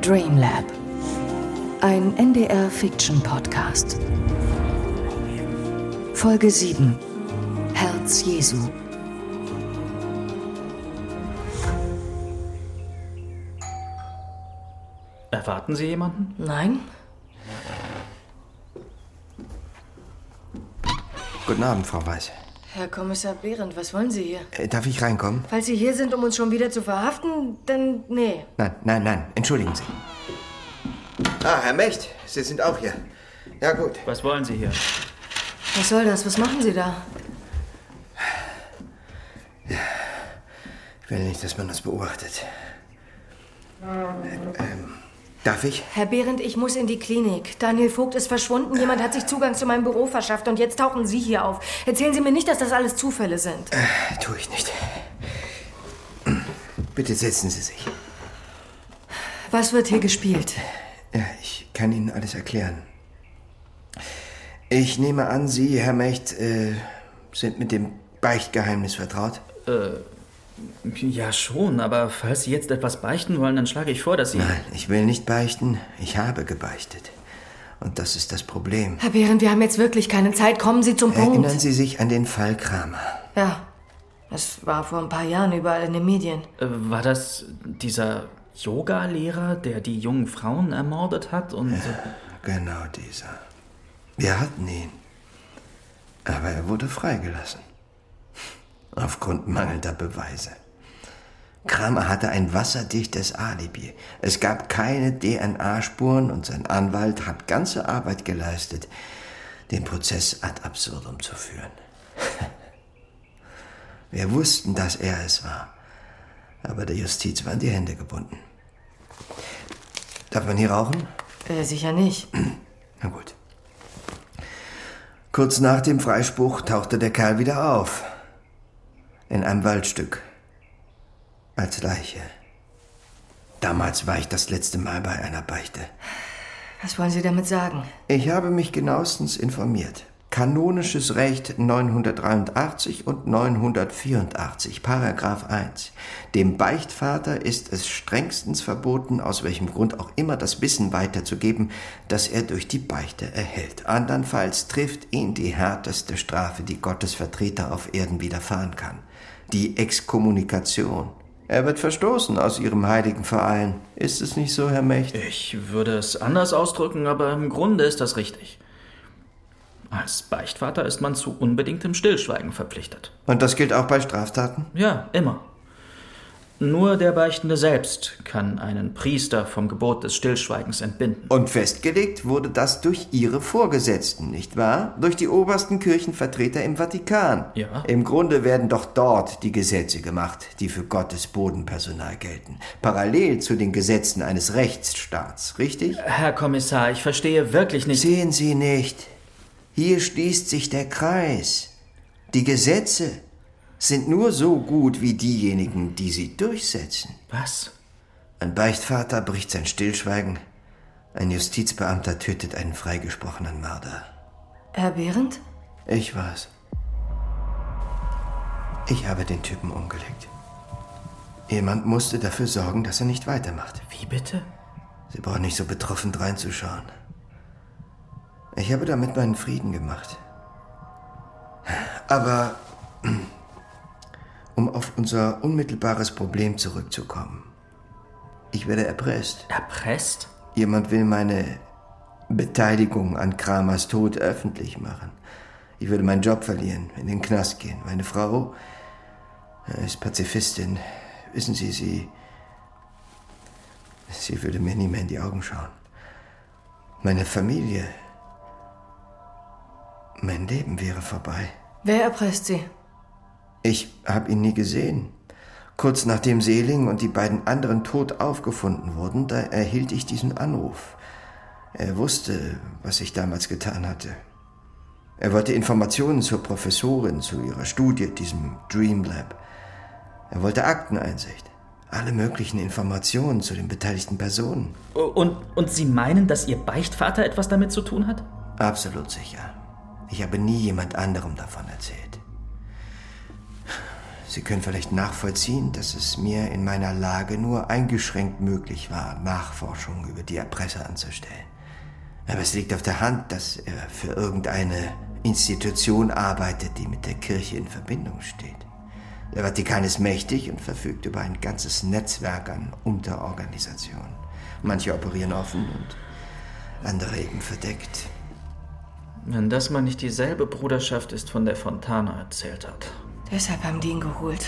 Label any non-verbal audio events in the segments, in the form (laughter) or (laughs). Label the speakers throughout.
Speaker 1: Dreamlab. Ein NDR Fiction Podcast. Folge 7. Herz Jesu.
Speaker 2: Erwarten Sie jemanden?
Speaker 3: Nein?
Speaker 4: Guten Abend, Frau Weiß.
Speaker 3: Herr Kommissar Behrendt, was wollen Sie hier?
Speaker 4: Äh, darf ich reinkommen?
Speaker 3: Falls Sie hier sind, um uns schon wieder zu verhaften, dann nee.
Speaker 4: Nein, nein, nein. Entschuldigen Sie. Ah, Herr Mecht, Sie sind auch hier. Ja, gut.
Speaker 2: Was wollen Sie hier?
Speaker 3: Was soll das? Was machen Sie da?
Speaker 4: Ich will nicht, dass man das beobachtet. Ähm, ähm, darf ich?
Speaker 3: Herr Behrendt, ich muss in die Klinik. Daniel Vogt ist verschwunden. Jemand hat sich Zugang zu meinem Büro verschafft und jetzt tauchen Sie hier auf. Erzählen Sie mir nicht, dass das alles Zufälle sind.
Speaker 4: Äh, Tue ich nicht. Bitte setzen Sie sich.
Speaker 3: Was wird hier gespielt?
Speaker 4: Ja, ich kann Ihnen alles erklären. Ich nehme an, Sie, Herr Mecht, äh, sind mit dem Beichtgeheimnis vertraut.
Speaker 2: Ja, schon, aber falls Sie jetzt etwas beichten wollen, dann schlage ich vor, dass Sie.
Speaker 4: Nein, ich will nicht beichten. Ich habe gebeichtet. Und das ist das Problem.
Speaker 3: Herr Behrendt, wir haben jetzt wirklich keine Zeit. Kommen Sie zum Punkt.
Speaker 4: Erinnern Sie sich an den Fall Kramer.
Speaker 3: Ja. Das war vor ein paar Jahren überall in den Medien.
Speaker 2: Äh, war das dieser Yoga-Lehrer, der die jungen Frauen ermordet hat und.
Speaker 4: Genau dieser. Wir hatten ihn. Aber er wurde freigelassen. Aufgrund mangelnder Beweise. Kramer hatte ein wasserdichtes Alibi. Es gab keine DNA-Spuren und sein Anwalt hat ganze Arbeit geleistet, den Prozess ad absurdum zu führen. (laughs) Wir wussten, dass er es war. Aber der Justiz waren die Hände gebunden. Darf man hier rauchen?
Speaker 3: Äh, sicher nicht.
Speaker 4: Na gut. Kurz nach dem Freispruch tauchte der Kerl wieder auf. In einem Waldstück. Als Leiche. Damals war ich das letzte Mal bei einer Beichte.
Speaker 3: Was wollen Sie damit sagen?
Speaker 4: Ich habe mich genauestens informiert. Kanonisches Recht 983 und 984, Paragraph 1. Dem Beichtvater ist es strengstens verboten, aus welchem Grund auch immer das Wissen weiterzugeben, das er durch die Beichte erhält. Andernfalls trifft ihn die härteste Strafe, die Gottes Vertreter auf Erden widerfahren kann. Die Exkommunikation. Er wird verstoßen aus ihrem heiligen Verein. Ist es nicht so, Herr Mächt?
Speaker 2: äh, Ich würde es anders ausdrücken, aber im Grunde ist das richtig. Als Beichtvater ist man zu unbedingtem Stillschweigen verpflichtet.
Speaker 4: Und das gilt auch bei Straftaten?
Speaker 2: Ja, immer. Nur der Beichtende selbst kann einen Priester vom Gebot des Stillschweigens entbinden.
Speaker 4: Und festgelegt wurde das durch ihre Vorgesetzten, nicht wahr? Durch die obersten Kirchenvertreter im Vatikan.
Speaker 2: Ja.
Speaker 4: Im Grunde werden doch dort die Gesetze gemacht, die für Gottes Bodenpersonal gelten. Parallel zu den Gesetzen eines Rechtsstaats, richtig?
Speaker 2: Herr Kommissar, ich verstehe wirklich nicht.
Speaker 4: Sehen Sie nicht? Hier schließt sich der Kreis. Die Gesetze sind nur so gut wie diejenigen, die sie durchsetzen.
Speaker 2: Was?
Speaker 4: Ein Beichtvater bricht sein Stillschweigen. Ein Justizbeamter tötet einen freigesprochenen Mörder.
Speaker 3: Herr Behrendt?
Speaker 4: Ich war's. Ich habe den Typen umgelegt. Jemand musste dafür sorgen, dass er nicht weitermacht.
Speaker 2: Wie bitte?
Speaker 4: Sie brauchen nicht so betroffen reinzuschauen. Ich habe damit meinen Frieden gemacht. Aber um auf unser unmittelbares Problem zurückzukommen. Ich werde erpresst.
Speaker 2: Erpresst?
Speaker 4: Jemand will meine Beteiligung an Kramers Tod öffentlich machen. Ich würde meinen Job verlieren, in den Knast gehen. Meine Frau äh, ist Pazifistin. Wissen Sie, sie. Sie würde mir nie mehr in die Augen schauen. Meine Familie. Mein Leben wäre vorbei.
Speaker 3: Wer erpresst Sie?
Speaker 4: Ich habe ihn nie gesehen. Kurz nachdem Seeling und die beiden anderen tot aufgefunden wurden, da erhielt ich diesen Anruf. Er wusste, was ich damals getan hatte. Er wollte Informationen zur Professorin, zu ihrer Studie, diesem Dream Lab. Er wollte Akteneinsicht, alle möglichen Informationen zu den beteiligten Personen.
Speaker 2: Und, und Sie meinen, dass Ihr Beichtvater etwas damit zu tun hat?
Speaker 4: Absolut sicher. Ich habe nie jemand anderem davon erzählt. Sie können vielleicht nachvollziehen, dass es mir in meiner Lage nur eingeschränkt möglich war, Nachforschungen über die Erpresser anzustellen. Aber es liegt auf der Hand, dass er für irgendeine Institution arbeitet, die mit der Kirche in Verbindung steht. Der Vatikan ist mächtig und verfügt über ein ganzes Netzwerk an Unterorganisationen. Manche operieren offen und andere eben verdeckt.
Speaker 2: Wenn das mal nicht dieselbe Bruderschaft ist, von der Fontana erzählt hat.
Speaker 3: Deshalb haben die ihn geholt.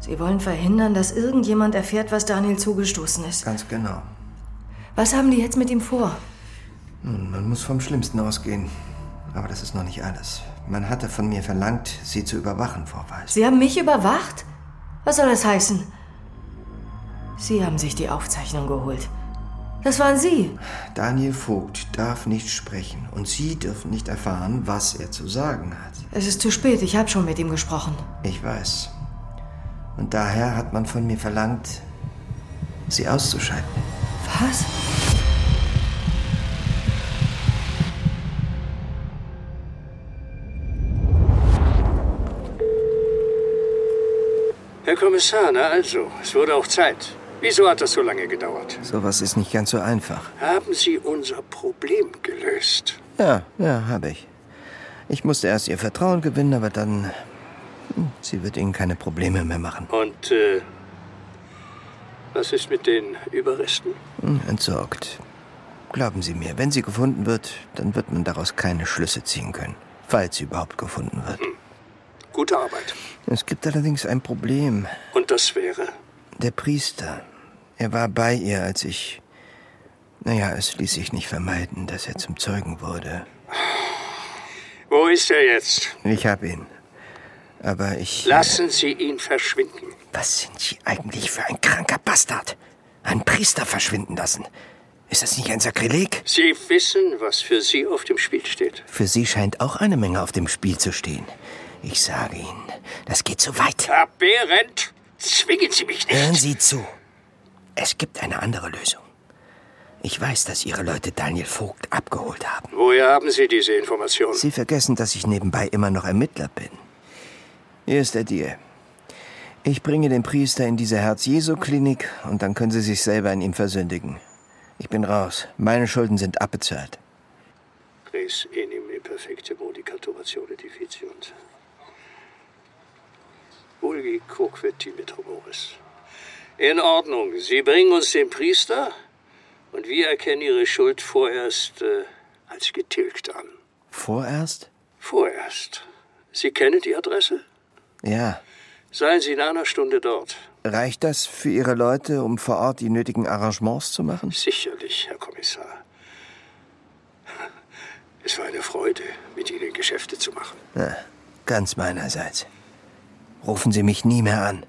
Speaker 3: Sie wollen verhindern, dass irgendjemand erfährt, was Daniel zugestoßen ist.
Speaker 4: Ganz genau.
Speaker 3: Was haben die jetzt mit ihm vor?
Speaker 4: Nun, man muss vom Schlimmsten ausgehen. Aber das ist noch nicht alles. Man hatte von mir verlangt, sie zu überwachen, Frau Weiß.
Speaker 3: Sie haben mich überwacht? Was soll das heißen? Sie haben sich die Aufzeichnung geholt. Das waren Sie.
Speaker 4: Daniel Vogt darf nicht sprechen und Sie dürfen nicht erfahren, was er zu sagen hat.
Speaker 3: Es ist zu spät, ich habe schon mit ihm gesprochen.
Speaker 4: Ich weiß. Und daher hat man von mir verlangt, sie auszuschalten.
Speaker 3: Was?
Speaker 5: Herr Kommissar, na also, es wurde auch Zeit. Wieso hat das so lange gedauert?
Speaker 4: Sowas ist nicht ganz so einfach.
Speaker 5: Haben Sie unser Problem gelöst?
Speaker 4: Ja, ja, habe ich. Ich musste erst ihr Vertrauen gewinnen, aber dann. hm, Sie wird Ihnen keine Probleme mehr machen.
Speaker 5: Und, äh, was ist mit den Überresten?
Speaker 4: Hm, Entsorgt. Glauben Sie mir, wenn sie gefunden wird, dann wird man daraus keine Schlüsse ziehen können. Falls sie überhaupt gefunden wird.
Speaker 5: Gute Arbeit.
Speaker 4: Es gibt allerdings ein Problem.
Speaker 5: Und das wäre?
Speaker 4: Der Priester. Er war bei ihr, als ich. Naja, es ließ sich nicht vermeiden, dass er zum Zeugen wurde.
Speaker 5: Wo ist er jetzt?
Speaker 4: Ich hab ihn. Aber ich.
Speaker 5: Lassen Sie ihn verschwinden.
Speaker 4: Was sind Sie eigentlich für ein kranker Bastard? Einen Priester verschwinden lassen. Ist das nicht ein Sakrileg?
Speaker 5: Sie wissen, was für Sie auf dem Spiel steht.
Speaker 4: Für Sie scheint auch eine Menge auf dem Spiel zu stehen. Ich sage Ihnen, das geht zu weit.
Speaker 5: Herr Behrendt, zwingen Sie mich nicht.
Speaker 4: Hören Sie zu. Es gibt eine andere Lösung. Ich weiß, dass Ihre Leute Daniel Vogt abgeholt haben.
Speaker 5: Woher haben Sie diese Information?
Speaker 4: Sie vergessen, dass ich nebenbei immer noch Ermittler bin. Hier ist der Deal. Ich bringe den Priester in diese Herz-Jesu-Klinik und dann können Sie sich selber an ihm versündigen. Ich bin raus. Meine Schulden sind abbezahlt.
Speaker 5: Res enim e imperfecte modicaturatione deficiunt. Vulgi quoque timit homoris. In Ordnung. Sie bringen uns den Priester und wir erkennen Ihre Schuld vorerst äh, als getilgt an.
Speaker 4: Vorerst?
Speaker 5: Vorerst. Sie kennen die Adresse?
Speaker 4: Ja.
Speaker 5: Seien Sie in einer Stunde dort.
Speaker 4: Reicht das für Ihre Leute, um vor Ort die nötigen Arrangements zu machen?
Speaker 5: Sicherlich, Herr Kommissar. (laughs) Es war eine Freude, mit Ihnen Geschäfte zu machen.
Speaker 4: Ja, ganz meinerseits. Rufen Sie mich nie mehr an.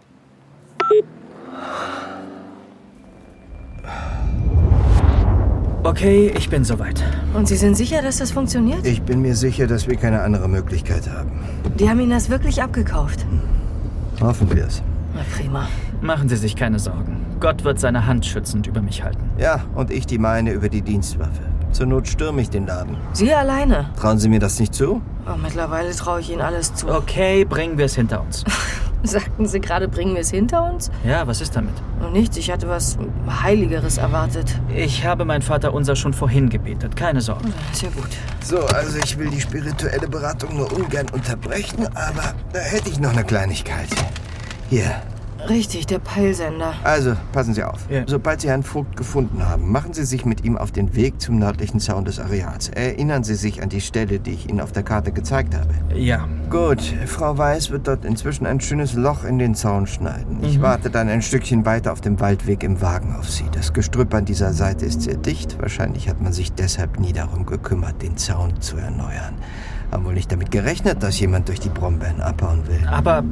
Speaker 2: Okay, ich bin soweit.
Speaker 3: Und Sie sind sicher, dass das funktioniert?
Speaker 4: Ich bin mir sicher, dass wir keine andere Möglichkeit haben.
Speaker 3: Die haben ihn das wirklich abgekauft.
Speaker 4: Hoffen wir es.
Speaker 3: Na prima.
Speaker 2: Machen Sie sich keine Sorgen. Gott wird seine Hand schützend über mich halten.
Speaker 4: Ja, und ich die meine über die Dienstwaffe. Zur Not stürme ich den Laden.
Speaker 3: Sie alleine.
Speaker 4: Trauen Sie mir das nicht zu?
Speaker 3: Oh, mittlerweile traue ich Ihnen alles zu.
Speaker 2: Okay, bringen wir es hinter (laughs) uns.
Speaker 3: (laughs) Sagten Sie gerade, bringen wir es hinter uns?
Speaker 2: Ja, was ist damit?
Speaker 3: Und nichts, ich hatte was Heiligeres erwartet.
Speaker 2: Ich habe mein Vater unser schon vorhin gebetet, keine Sorge.
Speaker 3: Ist ja gut.
Speaker 4: So, also ich will die spirituelle Beratung nur ungern unterbrechen, aber da hätte ich noch eine Kleinigkeit. Hier.
Speaker 3: Richtig, der Peilsender.
Speaker 4: Also, passen Sie auf.
Speaker 2: Ja.
Speaker 4: Sobald Sie Herrn Vogt gefunden haben, machen Sie sich mit ihm auf den Weg zum nördlichen Zaun des Areals. Erinnern Sie sich an die Stelle, die ich Ihnen auf der Karte gezeigt habe.
Speaker 2: Ja,
Speaker 4: Gut, Frau Weiß wird dort inzwischen ein schönes Loch in den Zaun schneiden. Ich warte dann ein Stückchen weiter auf dem Waldweg im Wagen auf Sie. Das Gestrüpp an dieser Seite ist sehr dicht. Wahrscheinlich hat man sich deshalb nie darum gekümmert, den Zaun zu erneuern. Haben wohl nicht damit gerechnet, dass jemand durch die Brombeeren abhauen will.
Speaker 2: aber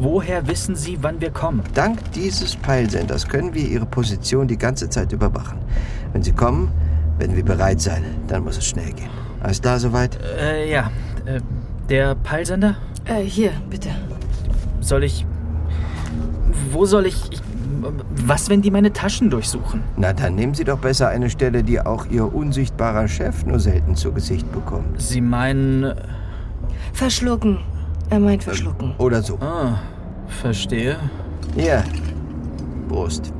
Speaker 2: woher wissen Sie, wann wir kommen?
Speaker 4: Dank dieses Peilsenders können wir Ihre Position die ganze Zeit überwachen. Wenn Sie kommen, werden wir bereit sein. Dann muss es schnell gehen. Alles klar soweit?
Speaker 2: Äh, ja. Äh, der Peilsender?
Speaker 3: Äh, hier, bitte.
Speaker 2: Soll ich. Wo soll ich. ich was, wenn die meine Taschen durchsuchen?
Speaker 4: Na, dann nehmen Sie doch besser eine Stelle, die auch Ihr unsichtbarer Chef nur selten zu Gesicht bekommt.
Speaker 2: Sie meinen. äh,
Speaker 3: Verschlucken. Er meint verschlucken.
Speaker 4: Oder so.
Speaker 2: Ah, Verstehe.
Speaker 4: Ja. Prost.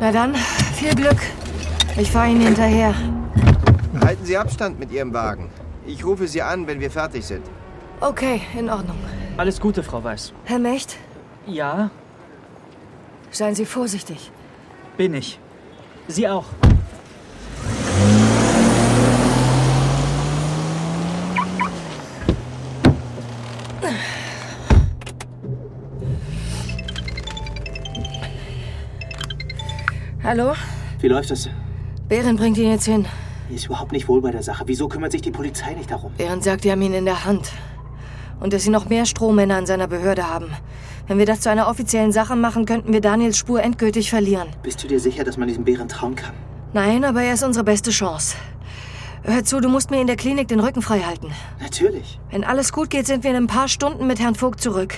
Speaker 3: Na dann, viel Glück. Ich fahre Ihnen hinterher.
Speaker 4: Halten Sie Abstand mit Ihrem Wagen. Ich rufe Sie an, wenn wir fertig sind.
Speaker 3: Okay, in Ordnung.
Speaker 6: Alles Gute, Frau Weiß.
Speaker 3: Herr Mecht,
Speaker 6: Ja,
Speaker 3: seien Sie vorsichtig.
Speaker 6: bin ich. Sie auch.
Speaker 3: Hallo?
Speaker 7: Wie läuft es?
Speaker 3: Bären bringt ihn jetzt hin.
Speaker 7: Mir ist überhaupt nicht wohl bei der Sache. Wieso kümmert sich die Polizei nicht darum?
Speaker 3: Bären sagt, die haben ihn in der Hand. Und dass sie noch mehr Strohmänner in seiner Behörde haben. Wenn wir das zu einer offiziellen Sache machen, könnten wir Daniels Spur endgültig verlieren.
Speaker 7: Bist du dir sicher, dass man diesem Bären trauen kann?
Speaker 3: Nein, aber er ist unsere beste Chance. Hör zu, du musst mir in der Klinik den Rücken frei halten.
Speaker 7: Natürlich.
Speaker 3: Wenn alles gut geht, sind wir in ein paar Stunden mit Herrn Vogt zurück.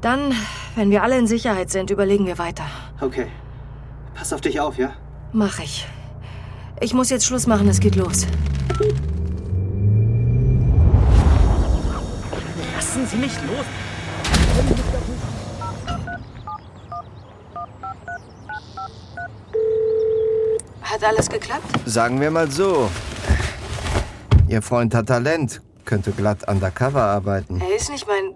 Speaker 3: Dann, wenn wir alle in Sicherheit sind, überlegen wir weiter.
Speaker 7: Okay. Pass auf dich auf, ja?
Speaker 3: Mach ich. Ich muss jetzt Schluss machen, es geht los.
Speaker 6: Lassen Sie mich los.
Speaker 3: Hat alles geklappt?
Speaker 4: Sagen wir mal so. Ihr Freund hat Talent, könnte glatt undercover arbeiten.
Speaker 3: Er ist nicht mein.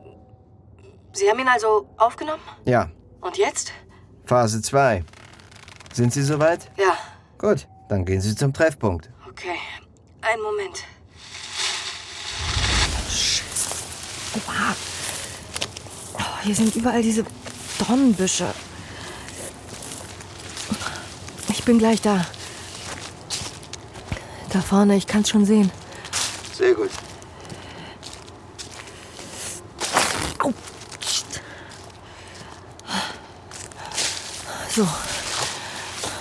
Speaker 3: Sie haben ihn also aufgenommen?
Speaker 4: Ja,
Speaker 3: Und jetzt?
Speaker 4: Phase 2. Sind Sie soweit?
Speaker 3: Ja,
Speaker 4: Gut, dann gehen Sie zum Treffpunkt.
Speaker 3: okay. Einen Moment. Shit. Oha. Oh, hier sind überall diese Dornenbüsche. Ich bin gleich da. Da vorne, ich kann's schon sehen.
Speaker 4: Sehr gut.
Speaker 3: Au. Shit. So.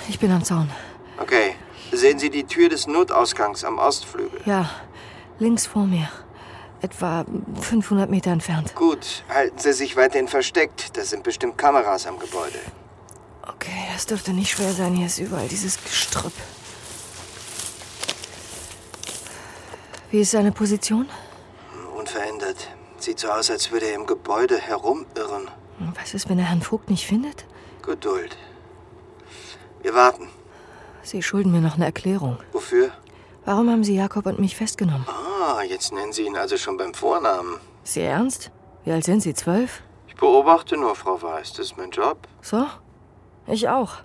Speaker 3: Ich bin am Zaun.
Speaker 4: Okay. Sehen Sie die Tür des Notausgangs am Ostflügel.
Speaker 3: Ja, links vor mir. Etwa 500 Meter entfernt.
Speaker 4: Gut, halten Sie sich weiterhin versteckt. Da sind bestimmt Kameras am Gebäude.
Speaker 3: Okay, das dürfte nicht schwer sein. Hier ist überall dieses Gestrüpp. Wie ist seine Position?
Speaker 4: Unverändert. Sieht so aus, als würde er im Gebäude herumirren.
Speaker 3: Was ist, wenn er Herrn Vogt nicht findet?
Speaker 4: Geduld. Wir warten.
Speaker 3: Sie schulden mir noch eine Erklärung.
Speaker 4: Wofür?
Speaker 3: Warum haben Sie Jakob und mich festgenommen?
Speaker 4: Ah, jetzt nennen Sie ihn also schon beim Vornamen.
Speaker 3: Ist Ihr ernst? Wie alt sind Sie? Zwölf?
Speaker 4: Ich beobachte nur, Frau Weiß. Das ist mein Job.
Speaker 3: So? Ich auch.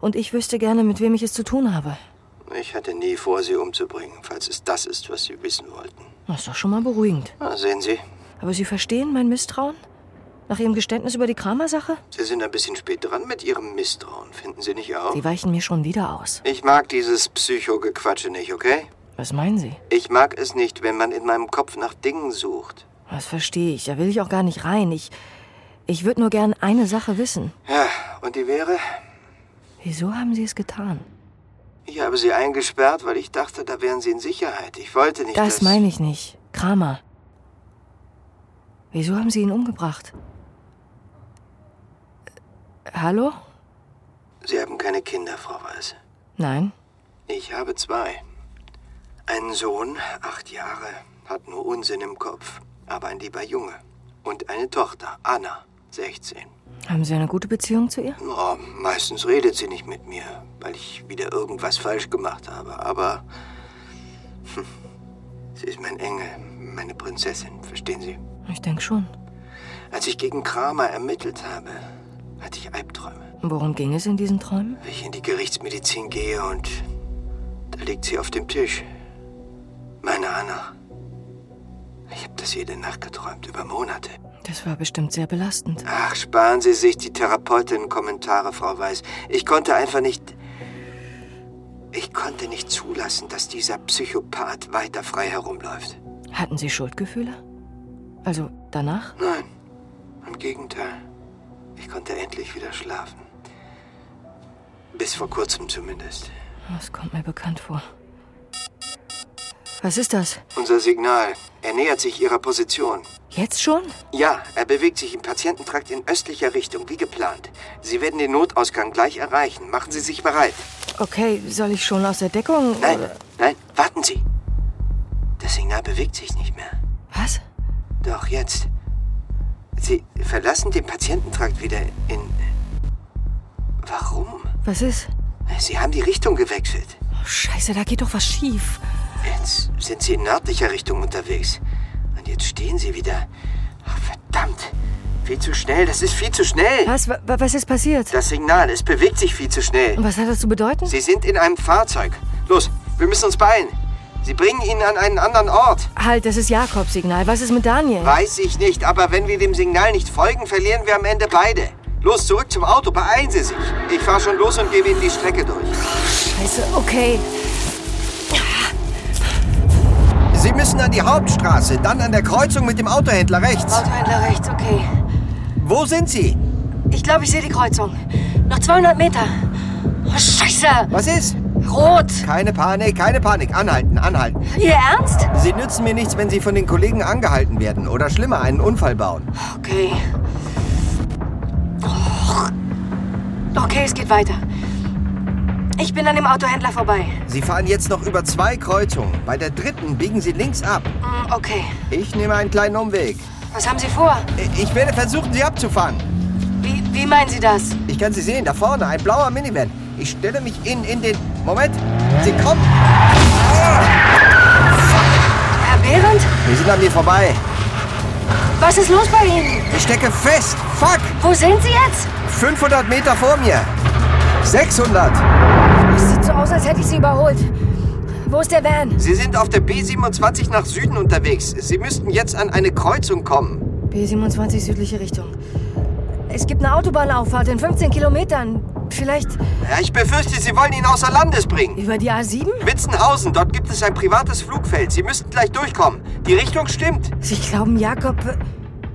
Speaker 3: Und ich wüsste gerne, mit wem ich es zu tun habe.
Speaker 4: Ich hatte nie vor, Sie umzubringen, falls es das ist, was Sie wissen wollten.
Speaker 3: Das ist doch schon mal beruhigend.
Speaker 4: Na, sehen Sie,
Speaker 3: Aber Sie verstehen mein Misstrauen? Nach Ihrem Geständnis über die Kramer-Sache?
Speaker 4: Sie sind ein bisschen spät dran mit Ihrem Misstrauen, finden Sie nicht auch?
Speaker 3: Sie weichen mir schon wieder aus.
Speaker 4: Ich mag dieses Psycho-Gequatsche nicht, okay?
Speaker 3: Was meinen Sie?
Speaker 4: Ich mag es nicht, wenn man in meinem Kopf nach Dingen sucht.
Speaker 3: Das verstehe ich. Da will ich auch gar nicht rein. Ich, ich würde nur gern eine Sache wissen.
Speaker 4: Ja, und die wäre?
Speaker 3: Wieso haben Sie es getan?
Speaker 4: Ich habe Sie eingesperrt, weil ich dachte, da wären Sie in Sicherheit. Ich wollte nicht,
Speaker 3: Das meine ich nicht. Kramer. Wieso haben Sie ihn umgebracht? Äh, Hallo?
Speaker 4: Sie haben keine Kinder, Frau Weiß.
Speaker 3: Nein.
Speaker 4: Ich habe zwei. Einen Sohn, acht Jahre, hat nur Unsinn im Kopf, aber ein lieber Junge. Und eine Tochter, Anna, 16.
Speaker 3: Haben Sie eine gute Beziehung zu ihr?
Speaker 4: Oh, meistens redet sie nicht mit mir, weil ich wieder irgendwas falsch gemacht habe, aber hm, sie ist mein Engel, meine Prinzessin, verstehen Sie?
Speaker 3: Ich denke schon.
Speaker 4: Als ich gegen Kramer ermittelt habe, hatte ich Albträume.
Speaker 3: Worum ging es in diesen Träumen?
Speaker 4: Wenn ich in die Gerichtsmedizin gehe und da liegt sie auf dem Tisch. Meine Anna. Ich habe das jede Nacht geträumt, über Monate.
Speaker 3: Das war bestimmt sehr belastend.
Speaker 4: Ach, sparen Sie sich die Therapeutin-Kommentare, Frau Weiß. Ich konnte einfach nicht. Ich konnte nicht zulassen, dass dieser Psychopath weiter frei herumläuft.
Speaker 3: Hatten Sie Schuldgefühle? Also danach?
Speaker 4: Nein, im Gegenteil. Ich konnte endlich wieder schlafen. Bis vor kurzem zumindest.
Speaker 3: Das kommt mir bekannt vor. Was ist das?
Speaker 4: Unser Signal. Er nähert sich Ihrer Position.
Speaker 3: Jetzt schon?
Speaker 4: Ja, er bewegt sich im Patiententrakt in östlicher Richtung, wie geplant. Sie werden den Notausgang gleich erreichen. Machen Sie sich bereit.
Speaker 3: Okay, soll ich
Speaker 8: Äh.
Speaker 3: schon aus der Deckung?
Speaker 4: Nein,
Speaker 3: oder-
Speaker 4: nein, warten Sie. Das Signal bewegt sich nicht mehr.
Speaker 8: Was?
Speaker 4: Doch jetzt. Sie verlassen den Patiententrakt wieder in. Warum?
Speaker 8: Was ist?
Speaker 4: Sie haben die Richtung gewechselt.
Speaker 8: Oh, scheiße, da geht doch was schief.
Speaker 4: Jetzt sind Sie in nördlicher Richtung unterwegs. Und jetzt stehen Sie wieder. Ach, verdammt. Viel zu schnell. Das ist viel zu schnell.
Speaker 8: Was? Wa- wa- Was ist passiert?
Speaker 4: Das Signal, es bewegt sich viel zu schnell.
Speaker 8: Und was hat das zu bedeuten?
Speaker 4: Sie sind in einem Fahrzeug. Los, wir müssen uns beeilen. Sie bringen ihn an einen anderen Ort.
Speaker 8: Halt, das ist Jakobs Signal. Was ist mit Daniel?
Speaker 4: Weiß ich nicht, aber wenn wir dem Signal nicht folgen, verlieren wir am Ende beide. Los, zurück zum Auto, beeilen Sie sich. Ich fahre schon los und gebe Ihnen die Strecke durch.
Speaker 8: Scheiße, okay.
Speaker 4: Sie müssen an die Hauptstraße, dann an der Kreuzung mit dem Autohändler rechts.
Speaker 8: Autohändler rechts, okay.
Speaker 4: Wo sind Sie?
Speaker 8: Ich glaube, ich sehe die Kreuzung. Noch 200 Meter. Oh, scheiße.
Speaker 4: Was ist?
Speaker 8: Rot.
Speaker 4: Keine Panik, keine Panik. Anhalten, anhalten.
Speaker 8: Ihr Ernst?
Speaker 4: Sie nützen mir nichts, wenn Sie von den Kollegen angehalten werden oder schlimmer einen Unfall bauen.
Speaker 8: Okay. Och. Okay, es geht weiter. Ich bin an dem Autohändler vorbei.
Speaker 4: Sie fahren jetzt noch über zwei Kreuzungen. Bei der dritten biegen Sie links ab.
Speaker 8: Hm, Okay.
Speaker 4: Ich nehme einen kleinen Umweg.
Speaker 8: Was haben Sie vor?
Speaker 4: Ich werde versuchen, Sie abzufangen.
Speaker 8: Wie, wie meinen Sie das?
Speaker 4: Ich kann sie sehen, da vorne, ein blauer Minivan. Ich stelle mich in, in den... Moment, sie kommen.
Speaker 8: Herr Behrendt?
Speaker 4: Wir sind an mir vorbei.
Speaker 8: Was ist los bei Ihnen?
Speaker 4: Ich stecke fest. Fuck,
Speaker 8: Wo sind Sie jetzt?
Speaker 4: 500 Meter vor mir. 600.
Speaker 8: Es sieht so aus, als hätte ich Sie überholt. Wo ist der Van?
Speaker 4: Sie sind auf der B27 nach Süden unterwegs. Sie müssten jetzt an eine Kreuzung kommen.
Speaker 8: B27 südliche Richtung. Es gibt eine Autobahnauffahrt in 15 Kilometern. Vielleicht
Speaker 4: Ja, ich befürchte, Sie wollen ihn außer Landes bringen.
Speaker 8: über die A7?
Speaker 4: Witzenhausen, dort gibt es ein privates Flugfeld. Sie müssten gleich durchkommen. Die Richtung stimmt.
Speaker 8: Sie glauben, Jakob. äh,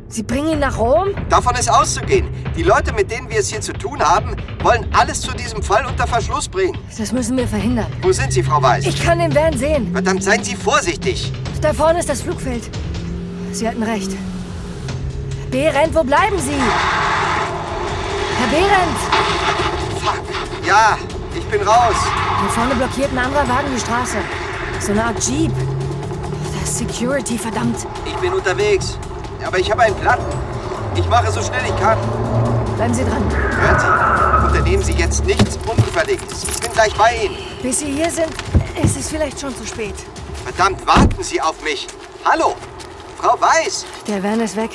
Speaker 8: Sie bringen ihn nach Rom?
Speaker 4: Davon ist auszugehen. Die Leute, mit denen wir es hier zu tun haben, wollen alles zu diesem Fall unter Verschluss bringen.
Speaker 8: Das müssen wir verhindern.
Speaker 4: Wo sind Sie, Frau Weiß?
Speaker 8: Ich kann den Van sehen.
Speaker 4: Verdammt, seien Sie vorsichtig.
Speaker 8: Da vorne ist das Flugfeld. Sie hatten recht. Behrendt, wo bleiben Sie? Herr Behrendt!
Speaker 4: Fuck. Ja, ich bin raus.
Speaker 8: Hier vorne blockiert ein anderer Wagen die Straße. So eine Art Jeep. Das ist Security, verdammt.
Speaker 4: Ich bin unterwegs. Aber ich habe einen Platten. Ich mache so schnell ich kann.
Speaker 8: Bleiben Sie dran.
Speaker 4: Hören Sie, unternehmen Sie jetzt nichts Unüberlegtes. Ich bin gleich bei Ihnen.
Speaker 8: Bis Sie hier sind, ist es vielleicht schon zu spät.
Speaker 4: Verdammt, warten Sie auf mich. Hallo, Frau Weiß,
Speaker 8: Der Van ist weg.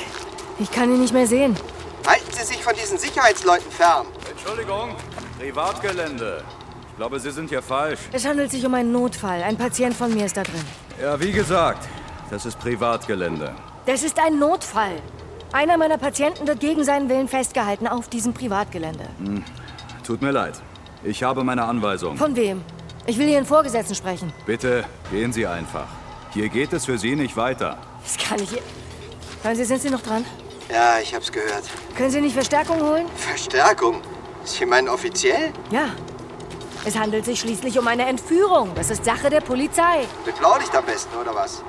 Speaker 8: Ich kann ihn nicht mehr sehen.
Speaker 4: halten Sie sich von diesen Sicherheitsleuten fern.
Speaker 9: Entschuldigung, Privatgelände. Ich glaube, Sie sind hier falsch.
Speaker 8: Es handelt sich um einen Notfall. Ein Patient von mir ist da drin.
Speaker 9: Ja, wie gesagt, das ist Privatgelände.
Speaker 8: Das ist ein Notfall. Einer meiner Patienten wird gegen seinen Willen festgehalten auf diesem Privatgelände.
Speaker 9: Tut mir leid. Ich habe meine Anweisung.
Speaker 8: Von wem? Ich will Ihren Vorgesetzten sprechen.
Speaker 9: Bitte gehen Sie einfach. Hier geht es für Sie nicht weiter.
Speaker 8: Das kann ich. Hören Sie, sind Sie noch dran?
Speaker 4: Ja, ich hab's gehört.
Speaker 8: Können Sie nicht Verstärkung holen?
Speaker 4: Verstärkung? Sie meinen offiziell?
Speaker 8: Ja. Es handelt sich schließlich um eine Entführung. Das ist Sache der Polizei.
Speaker 4: Beglaubigt am besten, oder was?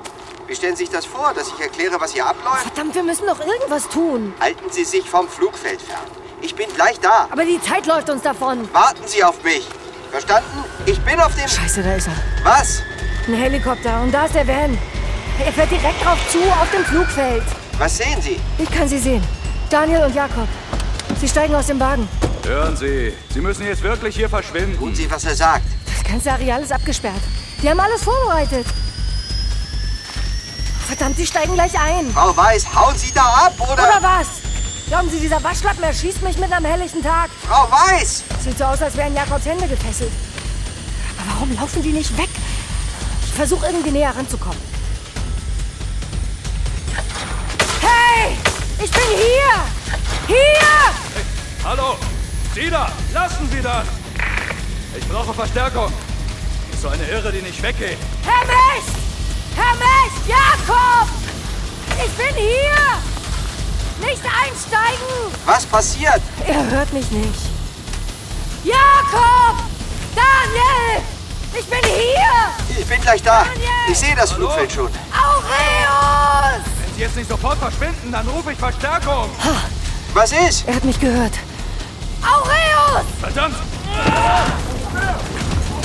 Speaker 4: Wie stellen Sie sich das vor, dass ich erkläre, was hier abläuft?
Speaker 8: Verdammt, wir müssen doch irgendwas tun.
Speaker 4: Halten Sie sich vom Flugfeld fern. Ich bin gleich da.
Speaker 8: Aber die Zeit läuft uns davon.
Speaker 4: Warten Sie auf mich. Verstanden? Ich bin auf dem...
Speaker 8: Scheiße, da ist er.
Speaker 4: Was?
Speaker 8: Ein Helikopter und da ist der Van. Er fährt direkt drauf zu, auf dem Flugfeld.
Speaker 4: Was sehen Sie?
Speaker 8: Ich kann sie sehen. Daniel und Jakob. Sie steigen aus dem Wagen.
Speaker 9: Hören Sie, Sie müssen jetzt wirklich hier verschwinden.
Speaker 4: Tun Sie, was er sagt.
Speaker 8: Das ganze Areal ist abgesperrt. Die haben alles vorbereitet. Verdammt, sie steigen gleich ein.
Speaker 4: Frau Weiß, hauen Sie da ab, oder?
Speaker 8: Oder was? Glauben Sie, dieser Waschlappen erschießt mich mitten am helllichten Tag?
Speaker 4: Frau Weiß!
Speaker 8: Sieht so aus, als wären Jakobs Hände gefesselt. Aber warum laufen die nicht weg? Ich versuche irgendwie näher ranzukommen. Hey! Ich bin hier! Hier!
Speaker 9: Hallo! Sie da! Lassen Sie das! Ich brauche Verstärkung. Ist so eine Irre, die nicht weggeht.
Speaker 8: Herr Mist! Herr Mist! Jakob! Ich bin hier! Nicht einsteigen!
Speaker 4: Was passiert?
Speaker 8: Er hört mich nicht. Jakob! Daniel! Ich bin hier!
Speaker 4: Ich bin gleich da.
Speaker 8: Daniel!
Speaker 4: Ich sehe das Flugfeld schon.
Speaker 8: Aureus!
Speaker 9: Wenn Sie jetzt nicht sofort verschwinden, dann rufe ich Verstärkung.
Speaker 4: Was ist?
Speaker 8: Er hat mich gehört. Aureus!
Speaker 9: Verdammt!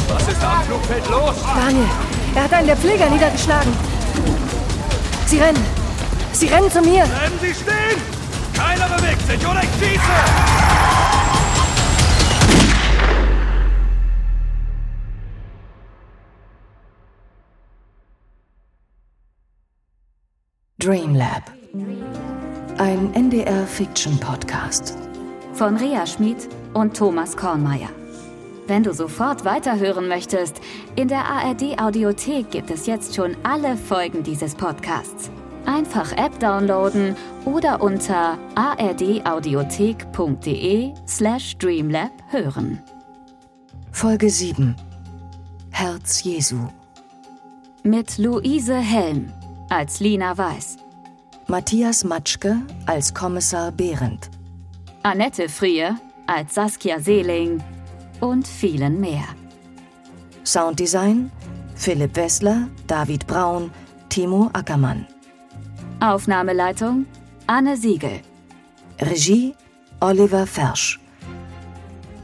Speaker 9: Was ist da am Flugfeld los?
Speaker 8: Daniel, er hat einen der Pfleger niedergeschlagen. Sie rennen. Sie rennen zu mir!
Speaker 9: Bleiben Sie stehen! Keiner bewegt sich oder ich schieße!
Speaker 3: Dreamlab. Ein NDR Fiction Podcast.
Speaker 10: von Rea Schmid und Thomas Kornmeier. Wenn du sofort weiterhören möchtest, in der ARD Audiothek gibt es jetzt schon alle Folgen dieses Podcasts. Einfach App downloaden oder unter ardaudiothek.de e slash dreamlab hören.
Speaker 3: Folge 7. Herz Jesu.
Speaker 10: Mit Luise Helm als Lina Weiß,
Speaker 3: Matthias Matschke als Kommissar Behrendt.
Speaker 10: Annette Frier als Saskia Seeling und vielen mehr.
Speaker 3: Sounddesign Philipp Wessler, David Braun, Timo Ackermann.
Speaker 10: Aufnahmeleitung Anne Siegel.
Speaker 3: Regie Oliver Fersch.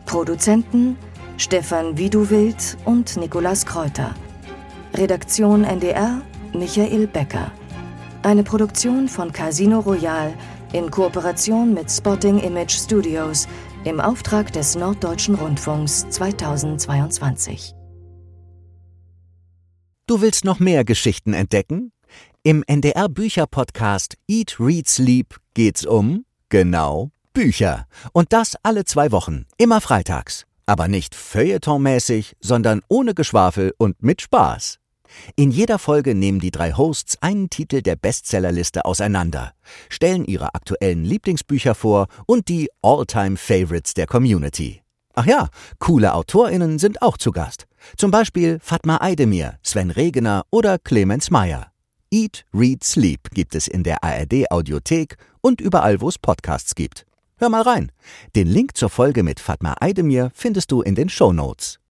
Speaker 3: Produzenten Stefan Widuwild und Nikolaus Kräuter. Redaktion NDR Michael Becker. Eine Produktion von Casino Royal in Kooperation mit Spotting Image Studios im Auftrag des Norddeutschen Rundfunks 2022.
Speaker 11: Du willst noch mehr Geschichten entdecken? Im NDR Bücher Podcast Eat Read Sleep geht's um genau Bücher und das alle zwei Wochen, immer freitags, aber nicht feuilletonmäßig, sondern ohne Geschwafel und mit Spaß. In jeder Folge nehmen die drei Hosts einen Titel der Bestsellerliste auseinander, stellen ihre aktuellen Lieblingsbücher vor und die All-Time-Favorites der Community. Ach ja, coole AutorInnen sind auch zu Gast. Zum Beispiel Fatma Eidemir, Sven Regener oder Clemens Meyer. Eat, Read, Sleep gibt es in der ARD-Audiothek und überall, wo es Podcasts gibt. Hör mal rein. Den Link zur Folge mit Fatma Eidemir findest du in den Shownotes.